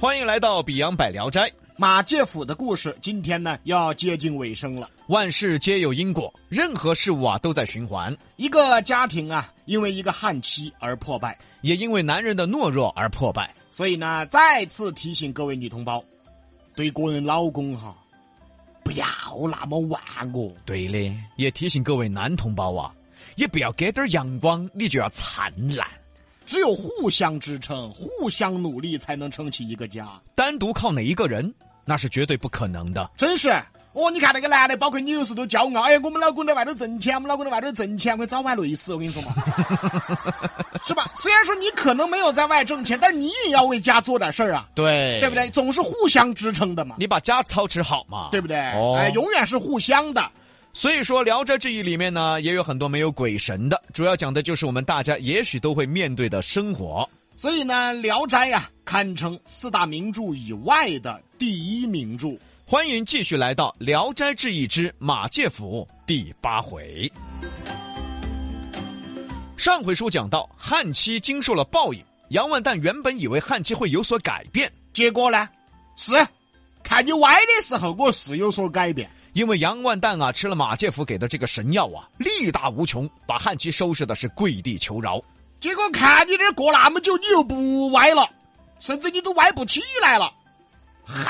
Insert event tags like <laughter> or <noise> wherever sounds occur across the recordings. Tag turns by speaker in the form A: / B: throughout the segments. A: 欢迎来到《比洋百聊斋》，
B: 马介甫的故事今天呢要接近尾声了。
A: 万事皆有因果，任何事物啊都在循环，
B: 一个家庭啊，因为一个汉妻而破败，
A: 也因为男人的懦弱而破败。
B: 所以呢，再次提醒各位女同胞，对个人老公哈，不要那么玩我。
A: 对的，也提醒各位男同胞啊，也不要给点儿阳光你就要灿烂，
B: 只有互相支撑、互相努力，才能撑起一个家。
A: 单独靠哪一个人那是绝对不可能的。
B: 真是，哦，你看那个男的，包括你有时都骄傲，哎，我们老公在外头挣钱，我们老公在外头挣钱，我早晚累死。我跟你说嘛，是吧？虽然说你可能没有在外挣钱，但是你也要为家做点事儿啊，
A: 对
B: 对不对？？总是互相支撑的嘛，
A: 哎你把家操持好嘛，
B: 对不对？
A: 哦，
B: 哎，永远是互相的。
A: 所以说，《聊斋志异》里面呢，也有很多没有鬼神的，主要讲的就是我们大家也许都会面对的生活。
B: 所以呢，《聊斋》啊，堪称四大名著以外的第一名著。
A: 欢迎继续来到《聊斋志异之马介甫》第八回。上回书讲到，汉妻经受了报应，杨万蛋原本以为汉妻会有所改变，
B: 结果呢，是看你歪的时候，我是有所改变。
A: 因为杨万蛋啊吃了马介甫给的这个神药啊，力大无穷，把汉妻收拾的是跪地求饶。
B: 结果看你这儿过那么久，你又不歪了，甚至你都歪不起来了。好，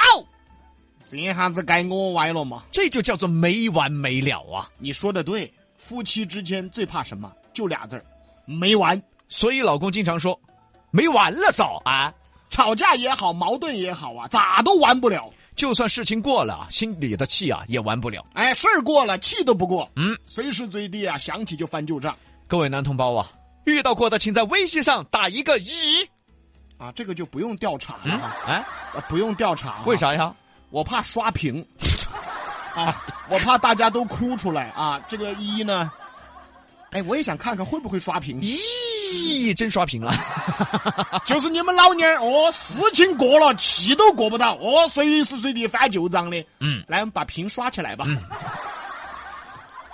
B: 这下子该我歪了嘛？
A: 这就叫做没完没了啊！
B: 你说的对，夫妻之间最怕什么？就俩字儿，没完。
A: 所以老公经常说：“没完了嫂啊！”
B: 吵架也好，矛盾也好啊，咋都完不了。
A: 就算事情过了，心里的气啊也完不了。
B: 哎，事儿过了，气都不过。
A: 嗯，
B: 随时随地啊，想起就翻旧账
A: 各位男同胞啊，遇到过的请在微信上打一个一。
B: 啊，这个就不用调查了
A: 嗯，
B: 啊，
A: 哎，
B: 啊不用调查、
A: 为？啥呀？
B: 我怕刷
A: <laughs>
B: 屏，啊，我怕大家都哭出来啊。这个一呢，哎，我也想看看会不会刷屏。
A: 咦，真刷屏了。
B: 就是你们老娘儿哦，事情过了，气都过不到哦，随时随地翻旧账的。
A: 嗯，
B: 来，我们把屏刷起来吧。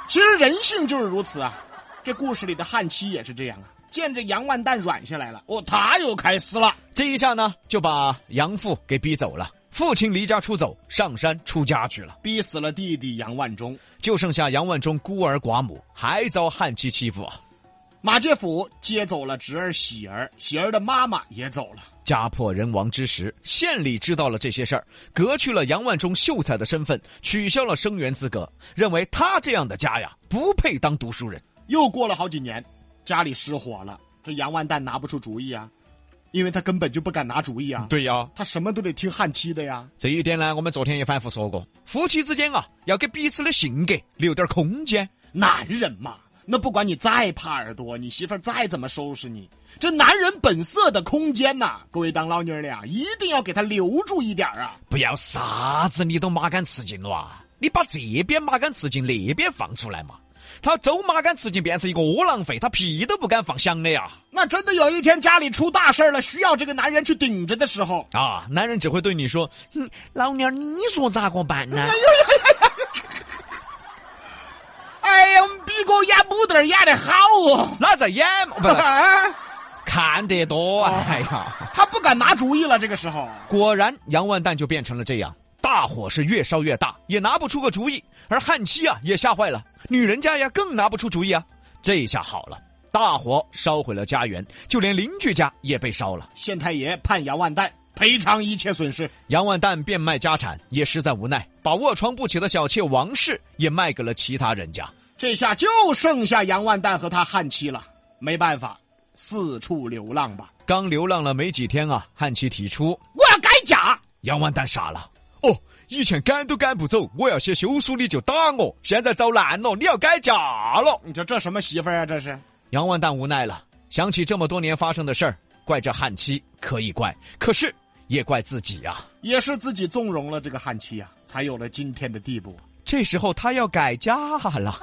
B: 其实人性就是如此啊，这故事里的汉妻也是这样啊。见着杨万蛋软下来了，哦，他又开撕了。
A: 这一下呢，就把杨父给逼走了。父亲离家出走，上山出家去了，
B: 逼死了弟弟杨万忠。
A: 就剩下杨万忠孤儿寡母，还遭汉妻欺负啊，
B: 马介甫接走了侄儿喜儿，喜儿的妈妈也走了。
A: 家破人亡之时，县里知道了这些事儿，革去了杨万忠秀才的身份，取消了生员资格，认为他这样的家呀，不配当读书人。
B: 又过了好几年，家里失火了，这杨万蛋拿不出主意啊，因为他根本就不敢拿主意啊，
A: 对呀、
B: 他什么都得听汉妻的呀。
A: 这一点呢，我们昨天也反复说过，夫妻之间啊，要给彼此的性格留点空间。
B: 男人嘛，那不管你再怕耳朵，你媳妇儿再怎么收拾你，这男人本色的空间呐、各位当老妞儿的啊，一定要给他留住一点儿啊。
A: 不要啥子你都麻杆吃尽了啊！你把这边麻杆吃尽，那边放出来嘛。他都麻杆吃尽，变成一个窝囊废，他屁都不敢放响的呀！
B: 那真的有一天家里出大事儿了，需要这个男人去顶着的时候，
A: 啊，男人只会对你说：“嗯，老娘，你说咋个办呢
B: 哎呀，我们逼哥演母豆儿演的好？”啊
A: 那在演嘛，
B: <laughs>
A: 不是
B: 哦，
A: 看得多啊！哎呀，
B: 他不敢拿主意了。这个时候，
A: 果然杨万蛋就变成了这样，大火是越烧越大，也拿不出个主意。而汉妻啊也吓坏了，女人家呀更拿不出主意啊。这下好了，大火烧毁了家园，就连邻居家也被烧了。
B: 县太爷判杨万蛋赔偿一切损失。
A: 杨万蛋变卖家产也实在无奈，把卧床不起的小妾王氏也卖给了其他人家。
B: 这下就剩下杨万蛋和他汉妻了，没办法，四处流浪吧。
A: 刚流浪了没几天啊，汉妻提出，
B: 我要改嫁。
A: 杨万蛋傻了。哦，以前赶都赶不走，我要写休书你就打我，现在遭难了，你要改嫁了。
B: 你说这什么媳妇儿啊？这是
A: 杨万蛋无奈了，想起这么多年发生的事儿，怪这汉妻可以怪，可是也怪自己啊。
B: 也是自己纵容了这个汉妻啊，才有了今天的地步。
A: 这时候他要改嫁了，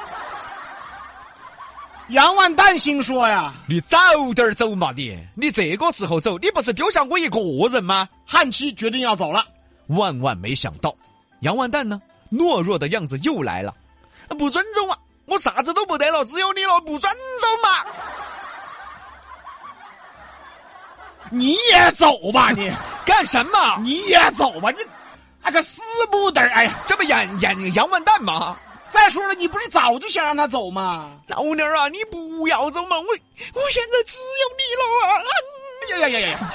B: 杨万蛋心说呀，
A: 你早点儿走嘛你！你这个时候走，你不是丢下我一个人吗？
B: 汉妻决定要走了。
A: 万万没想到，杨万蛋呢，懦弱的样子又来了，不尊重啊！我啥子都不得了，只有你了，不尊重嘛！
B: 你也走吧你，
A: 干什么？
B: 你也走吧，你那个死不得儿！哎呀，
A: 这不演演洋万蛋吗？
B: 再说了，你不是早就想让他走吗？
A: 老娘啊，你不要走嘛！我我现在只有你了啊！
B: 呀呀呀呀呀！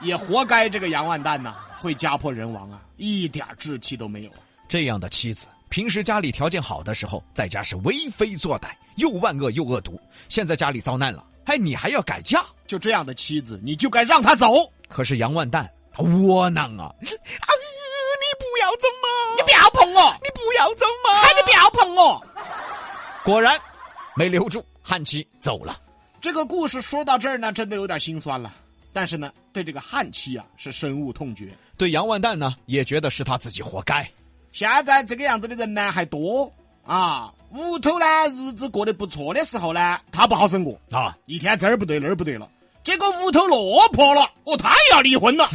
B: <laughs> 也活该这个杨万蛋呐、会家破人亡啊，一点志气都没有。
A: 这样的妻子，平时家里条件好的时候，在家是为非作歹，又万恶又恶毒。现在家里遭难了，哎，你还要改嫁？
B: 就这样的妻子，你就该让他走，
A: 可是杨万蛋他窝囊啊！啊，你不要走嘛！
B: 你不要碰我，
A: 你不要走嘛！
B: 哎，你不要碰我。
A: 果然没留住，汉妻走了。
B: 这个故事说到这儿呢，真的有点心酸了。但是呢，对这个汉妻啊是深恶痛绝。
A: 对杨万蛋呢，也觉得是他自己活该。
B: 现在这个样子的人呢还多啊，屋头呢日子过得不错的时候呢，他不好生活，
A: 啊， <laughs>
B: 一天这儿不对那儿不对了，结果屋头落魄了，哦，他也要离婚了，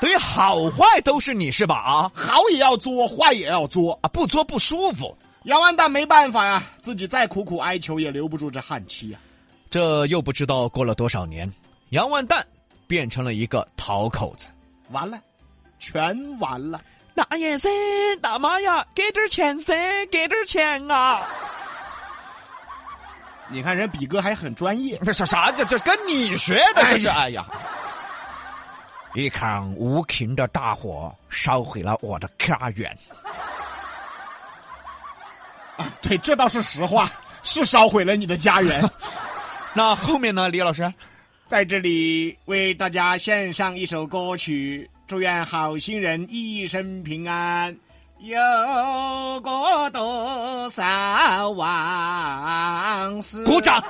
A: 对于好坏都是你是吧？啊
B: 好也要作，坏也要作。
A: 啊，不作不舒服，
B: 杨万蛋没办法呀、自己再苦苦哀求也留不住这汉啊妻呀、
A: 这又不知道过了多少年，杨万蛋变成了一个讨口子。
B: 完了，全完了。 <laughs>
A: 大爷噻，大妈呀，给点钱噻，给点钱啊！
B: 你看人比哥还很专业，
A: 这啥啥？这这跟你学的这是？哎呀！一场无情的大火烧毁了我的家园。
B: 对，这倒是实话， <laughs> 是烧毁了你的家园。
A: 那后面呢，李老师？
B: 在这里为大家献上一首歌曲，祝愿好心人一生平安。有过多少往事？
A: 鼓！掌！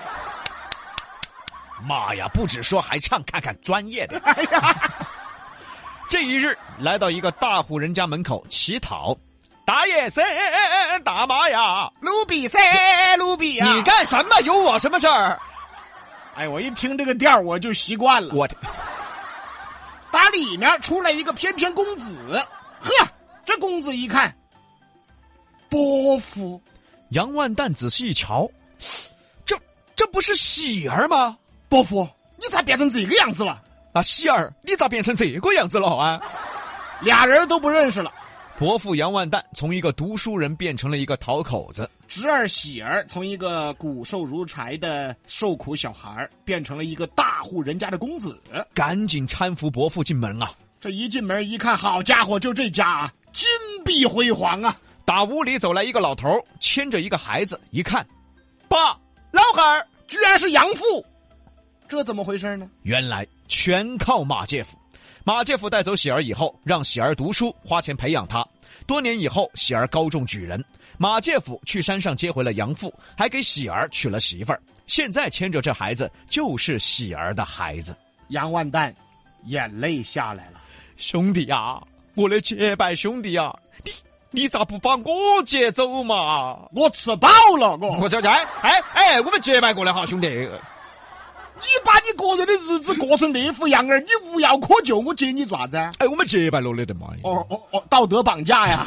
A: 妈呀，不止说，还唱，看看专业的。
B: 哎呀，
A: 这一日来到一个大户人家门口乞讨，大爷噻，大妈呀，
B: 卢比噻，卢比呀、
A: 你！干什么？有我什么事儿？
B: 哎，我一听这个调儿我就习惯了。
A: 我
B: 打里面出来一个翩翩公子，呵，这公子一看，伯父，
A: 杨万蛋仔细一瞧，这这不是喜儿吗？
B: 伯父，你咋变成这个样子了？
A: 啊，喜儿，你咋变成这个样子了啊？
B: 俩人都不认识了。
A: 伯父杨万蛋从一个读书人变成了一个讨口子，
B: 侄儿喜儿从一个骨瘦如柴的受苦小孩儿变成了一个大户人家的公子。
A: 赶紧搀扶伯父进门啊！
B: 这一进门一看，好家伙，就这家啊，金碧辉煌啊！
A: 打屋里走来一个老头儿，牵着一个孩子，一看，爸，老汉儿，
B: 居然是养父，这怎么回事呢？
A: 原来全靠马介甫。马介甫带走喜儿以后，让喜儿读书，花钱培养她。多年以后，喜儿高中举人，马介甫去山上接回了养父，还给喜儿娶了媳妇儿。现在牵着这孩子就是喜儿的孩子。
B: 杨万蛋眼泪下来了。
A: 兄弟呀、啊我的结拜兄弟呀、你你咋不把我接走嘛？
B: 我吃饱了，我
A: 我这哎哎哎，我们结拜过来哈，兄弟。
B: 你把你个人的日子过成那副样儿，你无药可救，我接你做啥子啊？
A: 哎，我们结拜了的的嘛。
B: 哦哦哦，道德绑架呀！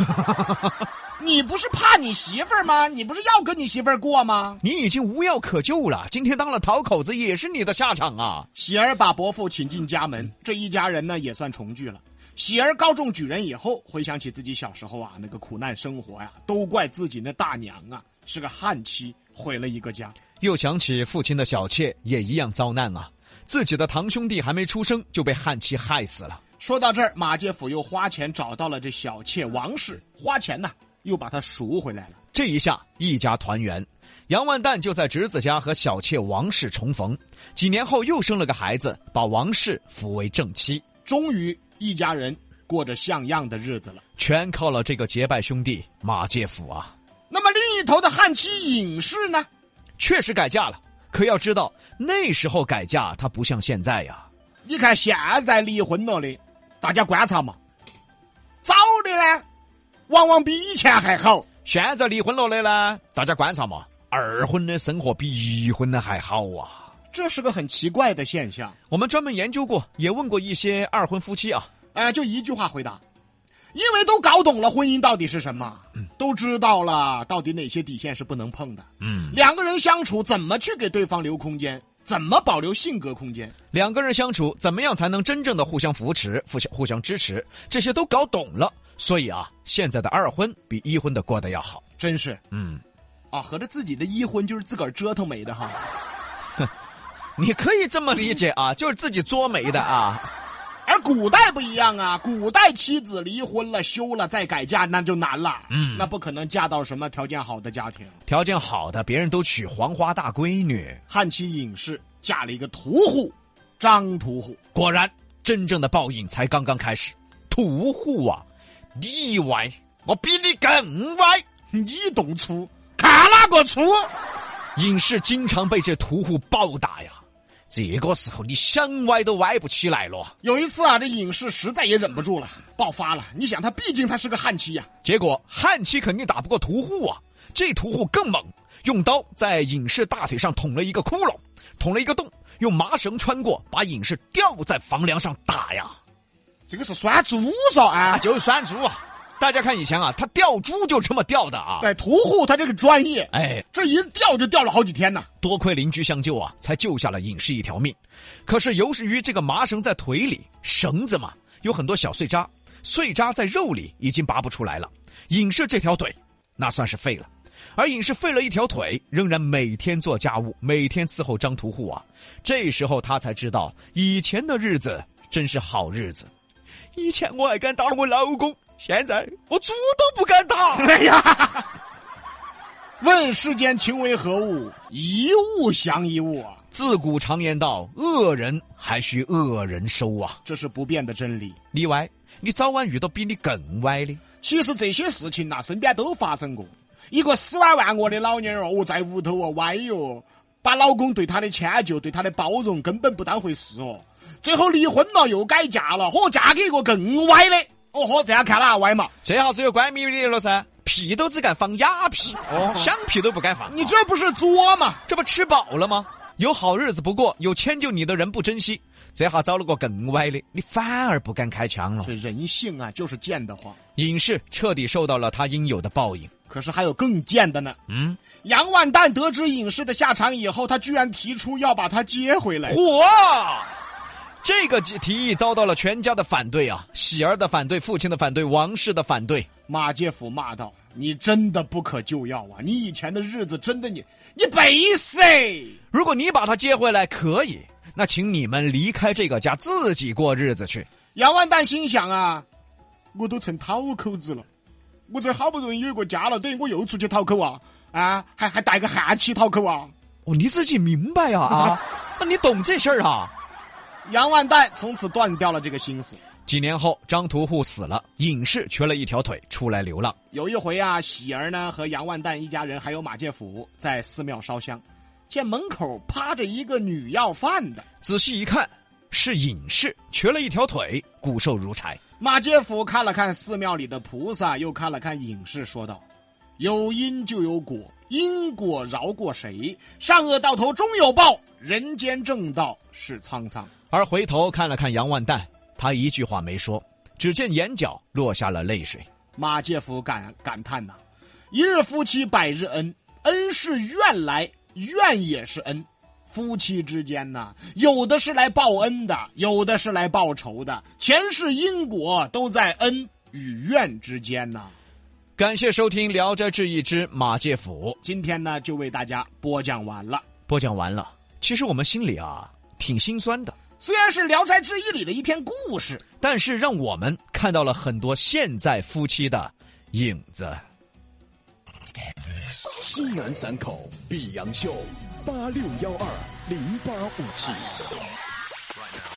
B: 你不是怕你媳妇儿吗？你不是要跟你媳妇儿过吗？
A: 你已经无药可救了，今天当了讨口子也是你的下场啊！
B: 喜儿把伯父请进家门，这一家人呢也算重聚了。喜儿高中举人以后，回想起自己小时候啊那个苦难生活呀、都怪自己那大娘啊是个汉妻，毁了一个家。
A: 又想起父亲的小妾也一样遭难啊，自己的堂兄弟还没出生就被汉妻害死了。
B: 说到这儿，马介甫又花钱找到了这小妾王氏，花钱呐、又把她赎回来了。
A: 这一下一家团圆，杨万蛋就在侄子家和小妾王氏重逢。几年后又生了个孩子，把王氏扶为正妻，
B: 终于一家人过着像样的日子了。
A: 全靠了这个结拜兄弟马介甫啊！
B: 那么另一头的汉妻尹氏呢？
A: 确实改嫁了，可要知道那时候改嫁它不像现在呀、
B: 你看现在离婚了的，大家观察嘛，早的呢，往往比以前还好。
A: 现在离婚了的呢，大家观察嘛，二婚的生活比一婚的还好啊。
B: 这是个很奇怪的现象。
A: 我们专门研究过，也问过一些二婚夫妻啊，
B: 哎、就一句话回答，因为都搞懂了婚姻到底是什么，都知道了到底哪些底线是不能碰的。
A: 嗯，
B: 两个人相处怎么去给对方留空间，怎么保留性格空间？
A: 两个人相处，怎么样才能真正的互相扶持、互相互相支持？这些都搞懂了，所以啊，现在的二婚比一婚的过得要好。
B: 真是
A: 嗯，
B: 啊，合着自己的一婚就是自个儿折腾没的哈。
A: 你可以这么理解啊，就是自己作没的啊。
B: 而古代不一样啊，古代妻子离婚了、休了再改嫁，那就难了。
A: 嗯
B: 那不可能嫁到什么条件好的家庭。
A: 条件好的，别人都娶黄花大闺女。
B: 汉妻隐士嫁了一个屠户，张屠户。
A: 果然，真正的报应才刚刚开始。屠户啊，你歪，我比你更歪。
B: 你懂粗，看哪个粗？
A: 隐士经常被这屠户暴打呀，这个时候你想歪都歪不起来了。
B: 有一次啊，这隐士实在也忍不住了，爆发了。你想，他毕竟他是个汉妻啊呀、
A: 结果汉妻肯定打不过屠户啊，这屠户更猛，用刀在隐士大腿上捅了一个窟窿，捅了一个洞，用麻绳穿过，把隐士吊在房梁上打呀。
B: 这个是拴猪嗦
A: 啊，
B: 啊。
A: 就是拴猪啊！大家看以前啊，他吊猪就这么吊的啊。
B: 对，屠户他这个专业，
A: 哎，
B: 这一吊就吊了好几天呢。
A: 多亏邻居相救啊，才救下了隐士一条命。可是由于这个麻绳在腿里，绳子嘛有很多小碎渣，碎渣在肉里已经拔不出来了。隐士这条腿那算是废了，而隐士废了一条腿，仍然每天做家务，每天伺候张屠户啊。这时候他才知道，以前的日子真是好日子。以前我还敢打我老公，现在我猪都不敢打。
B: <laughs> 哎呀，问世间情为何物，一物降一物啊，
A: 自古常言道：“恶人还需恶人收啊
B: 这是不变的真理。！”
A: 例外，你早晚遇到比你更歪的。
B: 其实这些事情呐、身边都发生过。一个死娃万恶的老娘儿哦，在屋头哦歪哟，把老公对她的迁就、对她的包容根本不当回事哦。最后离婚了，又改嫁了，嚯，嫁给一个更歪的。哦豁，这样看哪歪嘛？
A: 这下子有关秘密了噻，屁都只敢放哑屁，哦，响屁都不敢放。
B: 你这不是作嘛？
A: 这不吃饱了吗？有好日子不过，有迁就你的人不珍惜，这下找了个更歪的，你反而不敢开枪了
B: 这。人性啊，就是贱的慌。
A: 隐士彻底受到了他应有的报应。
B: 可是还有更贱的呢。
A: 嗯，
B: 杨万蛋得知隐士的下场以后，他居然提出要把他接回来。
A: 火！这个提提议遭到了全家的反对啊，喜儿的反对，父亲的反对，王氏的反对。
B: 马介甫骂道：“你真的不可救药啊！你以前的日子真的你你背死！
A: 如果你把他接回来可以，那请你们离开这个家，自己过日子去。
B: 杨万蛋心想啊，我都成讨口子了，我这好不容易有一个家了，等于我又出去讨口啊啊，还还带个汉妻讨口啊！
A: 哦，你自己明白呀啊， <laughs> 那你懂这事儿啊？
B: 杨万蛋从此断掉了这个心思。
A: 几年后，张屠户死了，隐士瘸了一条腿，出来流浪。
B: 有一回啊，喜儿呢和杨万蛋一家人还有马介甫在寺庙烧香，见门口趴着一个女要饭的。
A: 仔细一看，是隐士瘸了一条腿，骨瘦如柴。
B: 马介甫看了看寺庙里的菩萨，又看了看隐士，说道：“有因就有果，因果饶过谁？善恶到头终有报，人间正道是沧桑。
A: 而回头看了看杨万蛋，他一句话没说，只见眼角落下了泪水。”
B: 马介甫感感叹呐、一日夫妻百日恩，恩是怨来，怨也是恩。夫妻之间呐、有的是来报恩的，有的是来报仇的，前世因果都在恩与怨之间呐、
A: 感谢收听《聊斋志异》之马介甫。
B: 今天呢，就为大家播讲完了。
A: 播讲完了，其实我们心里啊挺心酸的。
B: 虽然是《聊斋志异》里的一篇故事，
A: 但是让我们看到了很多现在夫妻的影子。
C: 西南散口碧阳秀，八六幺二零八五七。